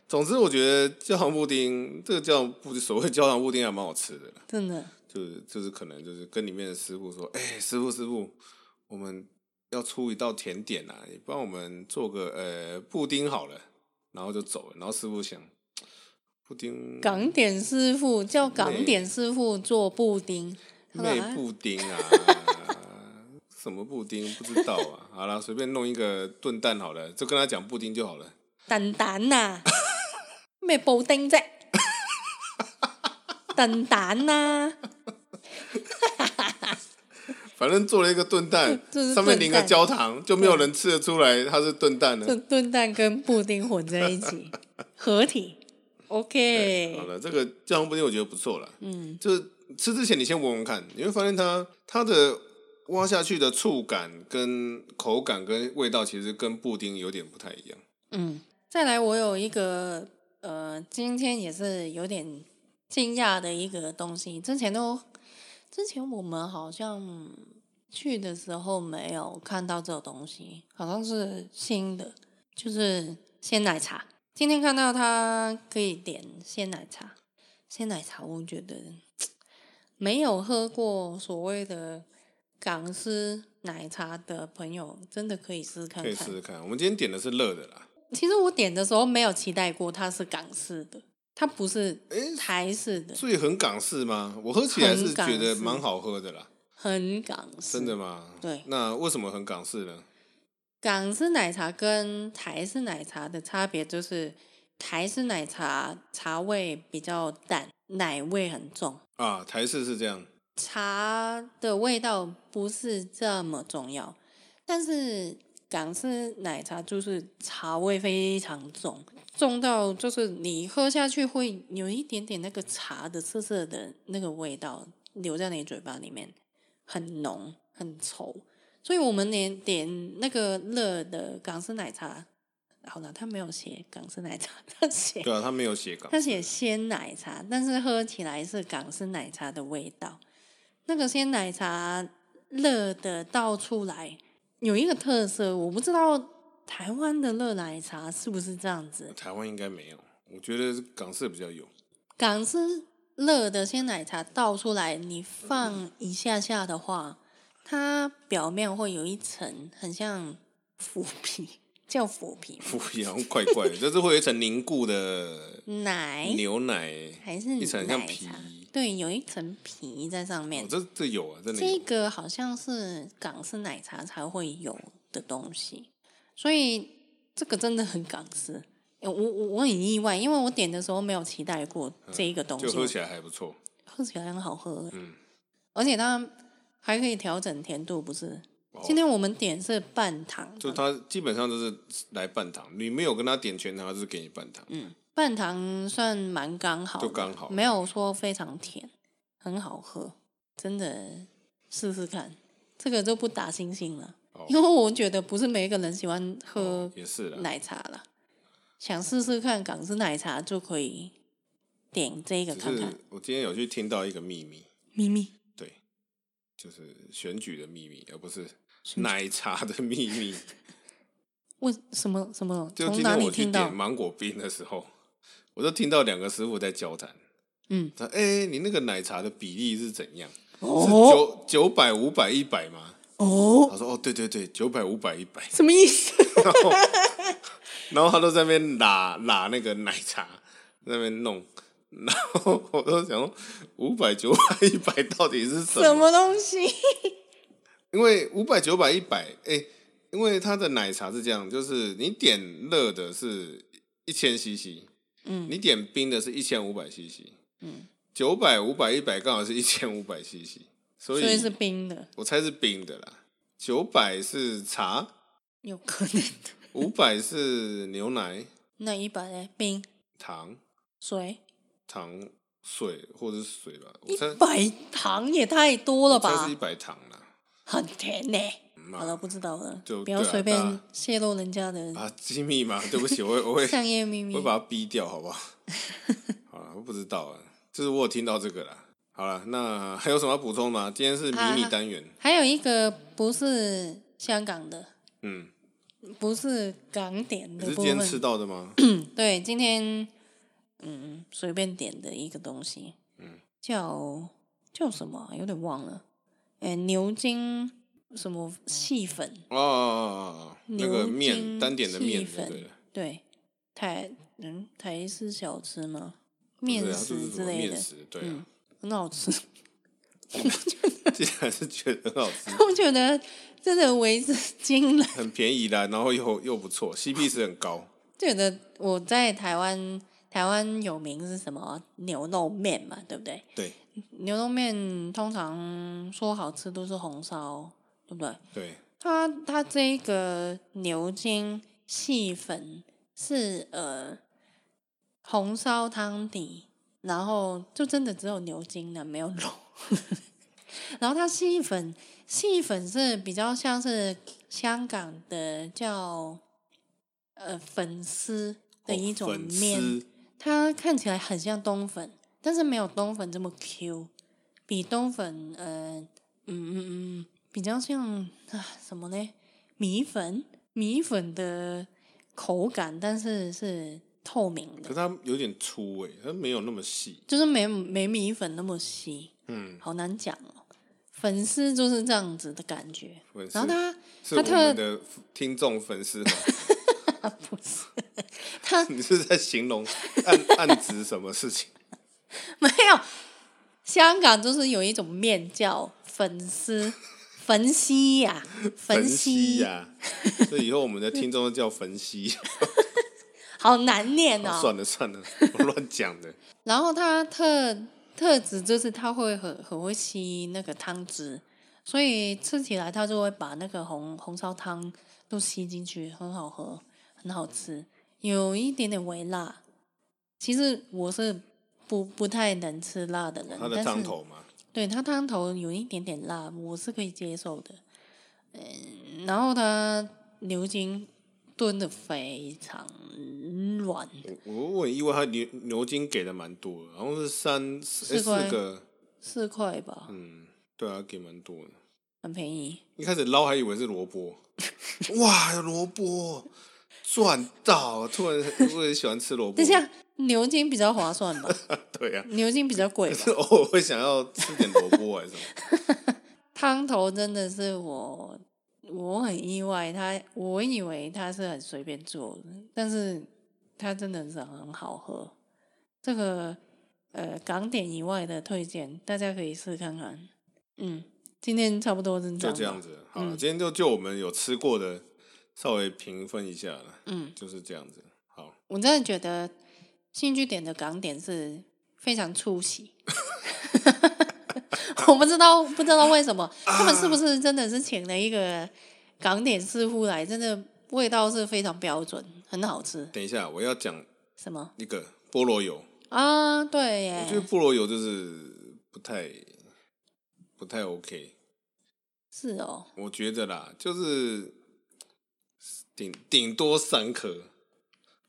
[SPEAKER 1] 总之，我觉得焦糖布丁，这个焦糖布所谓焦糖布丁还蛮好吃的啦。
[SPEAKER 2] 真的，
[SPEAKER 1] 就是就是可能就是跟里面的师傅说，哎、师傅师傅，我们要出一道甜点啊，你帮我们做个呃布丁好了，然后就走了。然后师傅想，不布丁
[SPEAKER 2] 港点师傅叫港点师傅做布丁，他
[SPEAKER 1] 妹
[SPEAKER 2] 说啊
[SPEAKER 1] 布丁啊，什么布丁不知道啊？好啦，随便弄一个炖蛋好了，就跟他讲布丁就好了。
[SPEAKER 2] 蛋蛋呐，咩布丁啫？蛋蛋呐，
[SPEAKER 1] 反正做了一个炖 蛋
[SPEAKER 2] 这是，
[SPEAKER 1] 上面淋个
[SPEAKER 2] 炖蛋
[SPEAKER 1] 焦糖，就没有人吃得出来它是炖蛋
[SPEAKER 2] 这
[SPEAKER 1] 了。
[SPEAKER 2] 炖蛋跟布丁混在一起，合体。
[SPEAKER 1] 对
[SPEAKER 2] OK，
[SPEAKER 1] 好了，这个焦糖布丁我觉得不错了。
[SPEAKER 2] 嗯，
[SPEAKER 1] 就是吃之前你先闻闻看，你会发现它它的挖下去的触感、跟口感、跟味道，其实跟布丁有点不太一样。
[SPEAKER 2] 嗯，再来，我有一个呃，今天也是有点惊讶的一个东西。之前都，之前我们好像去的时候没有看到这个东西，好像是新的，就是鲜奶茶。今天看到它可以点鲜奶茶，鲜奶茶我觉得嗯没有喝过所谓的港式奶茶的朋友，真的可以试看
[SPEAKER 1] 可以
[SPEAKER 2] 看。
[SPEAKER 1] 试试看。我们今天点的是热的啦，
[SPEAKER 2] 其实我点的时候没有期待过它是港式的，它不是
[SPEAKER 1] 诶
[SPEAKER 2] 台式的，
[SPEAKER 1] 所以很港式吗？我喝起来是
[SPEAKER 2] 很港
[SPEAKER 1] 觉得
[SPEAKER 2] 式
[SPEAKER 1] 蛮好喝的啦。
[SPEAKER 2] 很港式。
[SPEAKER 1] 真的，吗？
[SPEAKER 2] 对
[SPEAKER 1] 那为什么很港式呢？
[SPEAKER 2] 港式奶茶跟台式奶茶的差别就是，台式奶茶茶味比较淡，奶味很重，
[SPEAKER 1] 啊，台式是这样，
[SPEAKER 2] 茶的味道不是这么重要，但是港式奶茶就是茶味非常重，重到就是你喝下去会有一点点那个茶的涩涩的那个味道留在你嘴巴里面，很浓很稠。所以我们连点那个热的港式奶茶，好了，他没有写港式奶茶，他写
[SPEAKER 1] 对啊，它没有写港
[SPEAKER 2] 它，写鲜奶茶，但是喝起来是港式奶茶的味道。那个鲜奶茶热的倒出来，有一个特色，我不知道台湾的热奶茶是不是这样子。
[SPEAKER 1] 台湾应该没有，我觉得港式比较有。
[SPEAKER 2] 港式热的鲜奶茶倒出来，你放一下下的话，它表面会有一层很像腐皮，叫腐皮吗
[SPEAKER 1] 不一样，怪怪的，就是会有一层凝固的
[SPEAKER 2] 奶
[SPEAKER 1] 牛奶，
[SPEAKER 2] 还是
[SPEAKER 1] 一层很像
[SPEAKER 2] 奶
[SPEAKER 1] 皮
[SPEAKER 2] 茶？对，有一层皮在上面
[SPEAKER 1] 哦，。这这有啊，真的
[SPEAKER 2] 这
[SPEAKER 1] 有。
[SPEAKER 2] 个好像是港式奶茶才会有的东西，所以这个真的很港式。诶我我我很意外，因为我点的时候没有期待过这一个东
[SPEAKER 1] 嗯
[SPEAKER 2] 西，嗯
[SPEAKER 1] 就喝起来还不错，
[SPEAKER 2] 喝起来很好喝，
[SPEAKER 1] 嗯，
[SPEAKER 2] 而且它还可以调整甜度，不是？
[SPEAKER 1] 哦
[SPEAKER 2] 今天我们点是半糖，
[SPEAKER 1] 就它基本上就是来半糖，你没有跟他点全糖，它就是给你半糖。
[SPEAKER 2] 嗯，半糖算蛮刚好的，
[SPEAKER 1] 就刚好
[SPEAKER 2] 没有说非常甜，很好喝，真的试试看。这个就不打星星了，
[SPEAKER 1] 哦
[SPEAKER 2] 因为我觉得不是每一个人喜欢喝
[SPEAKER 1] 哦也是啦，
[SPEAKER 2] 奶茶了，想试试看港式奶茶就可以点这个
[SPEAKER 1] 只
[SPEAKER 2] 看看
[SPEAKER 1] 是。我今天有去听到一个秘密，
[SPEAKER 2] 咪咪，
[SPEAKER 1] 对，就是选举的秘密，而不是
[SPEAKER 2] 举
[SPEAKER 1] 奶茶的秘 密。
[SPEAKER 2] 为什么什么？
[SPEAKER 1] 就
[SPEAKER 2] 从
[SPEAKER 1] 今
[SPEAKER 2] 哪
[SPEAKER 1] 天
[SPEAKER 2] 里
[SPEAKER 1] 我去
[SPEAKER 2] 听到
[SPEAKER 1] 点？芒果冰的时候，我就听到两个师傅在交谈。
[SPEAKER 2] 嗯，
[SPEAKER 1] 他哎、你那个奶茶的比例是怎样？是
[SPEAKER 2] 哦
[SPEAKER 1] 九九百五百一百吗？
[SPEAKER 2] 哦，
[SPEAKER 1] 他说哦，对对对，九百五百一百。
[SPEAKER 2] 什么意思？
[SPEAKER 1] 然后他都在那边拉拉那个奶茶，在那边弄。然后我都想说，五百九百一百到底是什么？
[SPEAKER 2] 什么东西？
[SPEAKER 1] 因为五百九百一百，哎，因为它的奶茶是这样，就是你点热的是一千 CC，
[SPEAKER 2] 嗯
[SPEAKER 1] 你点冰的是一千五百 CC，
[SPEAKER 2] 嗯，
[SPEAKER 1] 九百五百一百刚好是一千五百 CC，所
[SPEAKER 2] 所
[SPEAKER 1] 以
[SPEAKER 2] 以是冰的，
[SPEAKER 1] 我猜是冰的啦，九百是茶，
[SPEAKER 2] 有可能的。
[SPEAKER 1] 五百是牛奶、
[SPEAKER 2] 那一百嘞，冰
[SPEAKER 1] 糖、
[SPEAKER 2] 水
[SPEAKER 1] 糖水或者是水吧，我
[SPEAKER 2] 一
[SPEAKER 1] 猜
[SPEAKER 2] 百糖也太多了
[SPEAKER 1] 我猜
[SPEAKER 2] 吧
[SPEAKER 1] 呃是一，百糖啦。
[SPEAKER 2] 很甜呢、
[SPEAKER 1] 嗯
[SPEAKER 2] 好了，不知道了，
[SPEAKER 1] 就
[SPEAKER 2] 不要
[SPEAKER 1] 对啊
[SPEAKER 2] 随
[SPEAKER 1] 大
[SPEAKER 2] 便
[SPEAKER 1] 家
[SPEAKER 2] 泄露人家的
[SPEAKER 1] 啊，机密嘛，对不起，我会我会
[SPEAKER 2] 商业秘密
[SPEAKER 1] 我会。把它逼掉，好不好？ 好了，我不知道啊，就是我有听到这个啦。好了，那还有什么要补充吗？今天是迷
[SPEAKER 2] 啊
[SPEAKER 1] 你单元，
[SPEAKER 2] 还有一个不是香港的，
[SPEAKER 1] 嗯，
[SPEAKER 2] 不是港点
[SPEAKER 1] 你
[SPEAKER 2] 的
[SPEAKER 1] 是
[SPEAKER 2] 部
[SPEAKER 1] 今天吃
[SPEAKER 2] 分，
[SPEAKER 1] 到的 吗？
[SPEAKER 2] 对，今天嗯随便点的一个东西，嗯，叫叫什么啊？有点忘了，哎、牛筋什么细粉，
[SPEAKER 1] 哦哦哦哦哦，那个
[SPEAKER 2] 牛
[SPEAKER 1] 面
[SPEAKER 2] 筋
[SPEAKER 1] 单点的
[SPEAKER 2] 细
[SPEAKER 1] 面，
[SPEAKER 2] 粉
[SPEAKER 1] 对了，
[SPEAKER 2] 对，台嗯台式小吃吗？
[SPEAKER 1] 对
[SPEAKER 2] 面
[SPEAKER 1] 啊，这
[SPEAKER 2] 食
[SPEAKER 1] 是什
[SPEAKER 2] 之
[SPEAKER 1] 么
[SPEAKER 2] 类
[SPEAKER 1] 面
[SPEAKER 2] 的，嗯
[SPEAKER 1] 食，对啊，
[SPEAKER 2] 很好吃。
[SPEAKER 1] 竟然是觉得很好吃，
[SPEAKER 2] 我觉得真的为之惊人，
[SPEAKER 1] 很便宜啦，然后又又不错，CP 值很高。
[SPEAKER 2] 觉得我在台湾，台湾有名是什么牛肉面嘛，对不对？
[SPEAKER 1] 对
[SPEAKER 2] 牛肉面通常说好吃都是红烧，对不对？
[SPEAKER 1] 对，
[SPEAKER 2] 它它这个牛筋细粉是呃红烧汤底，然后就真的只有牛筋了，没有肉。 然后它细粉细粉是比较像是香港的叫呃粉丝的
[SPEAKER 1] 哦
[SPEAKER 2] 一种
[SPEAKER 1] 粉
[SPEAKER 2] 面，
[SPEAKER 1] 丝
[SPEAKER 2] 它看起来很像冬粉，但是没有冬粉这么 Q，比冬粉呃，嗯嗯嗯，比较像啊什么呢？米粉，米粉的口感，但是是透明
[SPEAKER 1] 可
[SPEAKER 2] 的，
[SPEAKER 1] 是它有点粗诶、它没有那么细。
[SPEAKER 2] 就是没没米粉那么稀，
[SPEAKER 1] 嗯，
[SPEAKER 2] 好难讲哦。粉丝就是这样子的感觉
[SPEAKER 1] 粉，
[SPEAKER 2] 然后
[SPEAKER 1] 丝是
[SPEAKER 2] 它它
[SPEAKER 1] 我
[SPEAKER 2] 特
[SPEAKER 1] 们的听众粉 丝吗，
[SPEAKER 2] 不是它
[SPEAKER 1] 你是在形容暗 暗指什么事 情？
[SPEAKER 2] 没有，香港就是有一种面叫粉丝，粉丝呀、
[SPEAKER 1] 粉
[SPEAKER 2] 丝
[SPEAKER 1] 析呀、 所以以后我们的听众都叫粉析。
[SPEAKER 2] 好难念
[SPEAKER 1] 好
[SPEAKER 2] 哦。
[SPEAKER 1] 算了算 了，我乱讲的。
[SPEAKER 2] 然后它特特质就是它会很很会吸那个汤汁，所以吃起来它就会把那个红红烧汤都吸进去，很好喝，很好吃，有一点点微辣。其实我是不不太能吃辣的人，
[SPEAKER 1] 它的
[SPEAKER 2] 但是
[SPEAKER 1] 汤头嘛，
[SPEAKER 2] 对它汤头有一点点辣，我是可以接受的。嗯，然后它牛筋炖的非常软，
[SPEAKER 1] 我我很意外，它牛牛筋给的蛮多的，好像是三哎四、
[SPEAKER 2] 四块
[SPEAKER 1] 四个，
[SPEAKER 2] 四块吧，
[SPEAKER 1] 嗯，对啊，给蛮多的。
[SPEAKER 2] 很便宜。
[SPEAKER 1] 一开始捞还以为是萝 卜，哇，萝卜赚到！突然我很喜欢吃萝卜，
[SPEAKER 2] 等一下，牛筋比较划算吧？
[SPEAKER 1] 对啊，
[SPEAKER 2] 牛筋比较贵
[SPEAKER 1] 可
[SPEAKER 2] 吧？
[SPEAKER 1] 是 偶尔会想要吃点萝卜还是什么，
[SPEAKER 2] 汤头真的是我，我很意外，它我以为它是很随便做的，但是它真的是很好喝。这个呃港点以外的推荐，大家可以试看看。嗯，今天差不多是这
[SPEAKER 1] 就这
[SPEAKER 2] 样，
[SPEAKER 1] 样。子。好了，今天就就我们有吃过的稍微评分一下了，
[SPEAKER 2] 嗯，
[SPEAKER 1] 就是这样子。好，
[SPEAKER 2] 我真的觉得新据点的港点是非常出息。 我不知道，不知道为什么他们是不是真的是请了一个港点师傅来，真的味道是非常标准，很好吃。
[SPEAKER 1] 等一下我要讲
[SPEAKER 2] 什么
[SPEAKER 1] 一个菠萝油。
[SPEAKER 2] 啊？对
[SPEAKER 1] 我觉得
[SPEAKER 2] 耶，
[SPEAKER 1] 菠萝油就是不太不太 OK，
[SPEAKER 2] 是哦，
[SPEAKER 1] 我觉得啦，就是顶顶多三颗，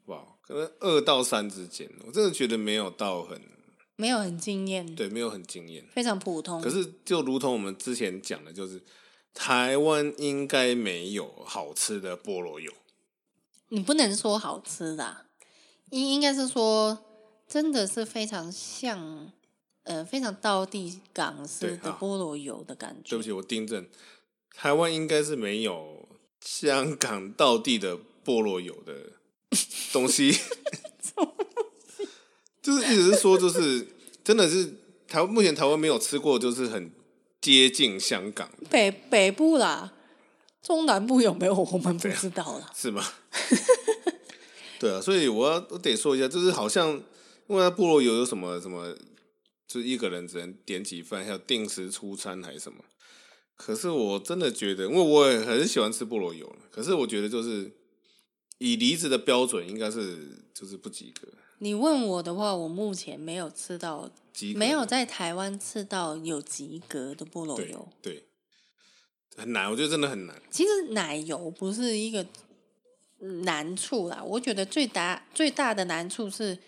[SPEAKER 1] 好不好？可能二到三之间，我真的觉得没有到很
[SPEAKER 2] 没有很惊艳，
[SPEAKER 1] 对，没有很惊艳。
[SPEAKER 2] 非常普通。
[SPEAKER 1] 可是就如同我们之前讲的，就是台湾应该没有好吃的菠萝油，
[SPEAKER 2] 你不能说好吃啦，应应该是说真的是非常像，呃，非常道地港式
[SPEAKER 1] 对
[SPEAKER 2] 的
[SPEAKER 1] 好
[SPEAKER 2] 菠萝油的感觉。
[SPEAKER 1] 对不起，我订正，台湾应该是没有香港道地的菠萝油的东西。 就是意思是说，就是真的是台目前台湾没有吃过，就是很接近香港，
[SPEAKER 2] 北北部啦，中南部有没有我们不知道啦。
[SPEAKER 1] 是吗？ 对啊，所以我要我得说一下，就是好像因为它菠萝油有什么什么，就是一个人只能点几份，还有定时出餐还是什么。可是我真的觉得，因为我也很喜欢吃菠萝油了，可是我觉得就是以梨子的标准，应该是就是不及格，
[SPEAKER 2] 你问我的话，我目前没有吃到，
[SPEAKER 1] 及格
[SPEAKER 2] 没有在台湾吃到有及格的菠萝
[SPEAKER 1] 对
[SPEAKER 2] 油。
[SPEAKER 1] 对，很难，我觉得真的很难。
[SPEAKER 2] 其实奶油不是一个难处啦，我觉得最大最大的难处是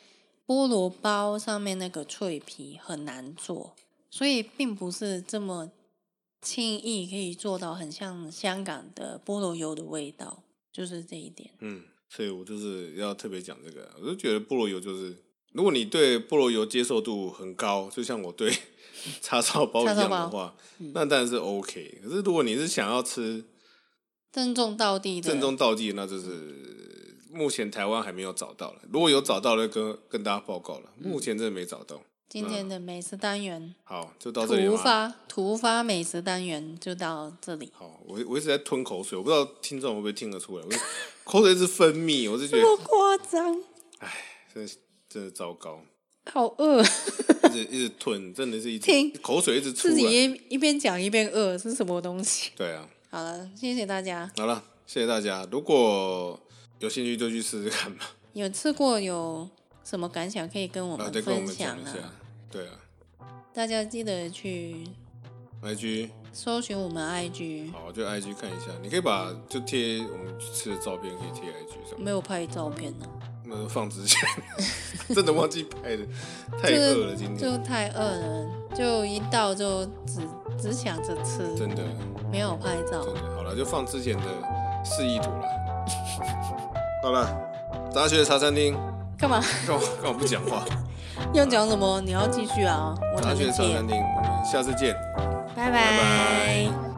[SPEAKER 2] 菠萝包上面那个脆皮很难做，所以并不是这么轻易可以做到很像香港的菠萝油的味道，就是这一点。
[SPEAKER 1] 嗯，所以我就是要特别讲这个啊，我就觉得菠萝油就是，如果你对菠萝油接受度很高，就像我对 叉烧包一
[SPEAKER 2] 叉烧
[SPEAKER 1] 样的
[SPEAKER 2] 包嗯
[SPEAKER 1] 话，那当然是 OK。可是如果你是想要吃
[SPEAKER 2] 正宗到地的，
[SPEAKER 1] 正宗道地，那就是目前台湾还没有找到了，如果有找到了，跟跟大家报告了。
[SPEAKER 2] 嗯
[SPEAKER 1] 目前真的没找到。
[SPEAKER 2] 今天的美食单元，
[SPEAKER 1] 好，就到这里
[SPEAKER 2] 突
[SPEAKER 1] 吧。
[SPEAKER 2] 发突发美食单元就到这里。
[SPEAKER 1] 好，我我一直在吞口水，我不知道听众会不会听得出来，我口水一直分泌，我就觉
[SPEAKER 2] 这
[SPEAKER 1] 得
[SPEAKER 2] 么夸张，
[SPEAKER 1] 真的是真的糟糕，
[SPEAKER 2] 好饿，
[SPEAKER 1] 一直一直吞，真的是一直
[SPEAKER 2] 听
[SPEAKER 1] 口水一直出
[SPEAKER 2] 自己
[SPEAKER 1] 来。
[SPEAKER 2] 一一边讲一边饿，是什么东西？
[SPEAKER 1] 对啊，
[SPEAKER 2] 好了，谢谢大家。
[SPEAKER 1] 好了，谢谢大家。如果有兴趣就去试试看吧，
[SPEAKER 2] 有吃过有什么感想可以跟我
[SPEAKER 1] 然后啊再
[SPEAKER 2] 们
[SPEAKER 1] 跟我
[SPEAKER 2] 分
[SPEAKER 1] 们
[SPEAKER 2] 享啊
[SPEAKER 1] 讲一下。对啊
[SPEAKER 2] 大家记得去
[SPEAKER 1] ，IG
[SPEAKER 2] 搜寻我们 IG，
[SPEAKER 1] 好，就 IG 看一下，你可以把就贴我们吃的照片，可以贴 IG 上，
[SPEAKER 2] 没有拍照片呢，
[SPEAKER 1] 那就放之前 真的忘记拍了，太
[SPEAKER 2] 这
[SPEAKER 1] 饿了今
[SPEAKER 2] 就
[SPEAKER 1] 天，
[SPEAKER 2] 太饿了，就一到就只只想着吃，
[SPEAKER 1] 真的
[SPEAKER 2] 没有拍照
[SPEAKER 1] 真。的好了，就放之前的示意图了。 好了，大学的茶餐厅，
[SPEAKER 2] 干嘛？
[SPEAKER 1] 干嘛干嘛不讲话？
[SPEAKER 2] 要讲什么？你要继续啊，我
[SPEAKER 1] 大
[SPEAKER 2] 能
[SPEAKER 1] 学的茶
[SPEAKER 2] 接
[SPEAKER 1] 餐。厅，我们下次见。
[SPEAKER 2] 拜
[SPEAKER 1] 拜
[SPEAKER 2] 拜。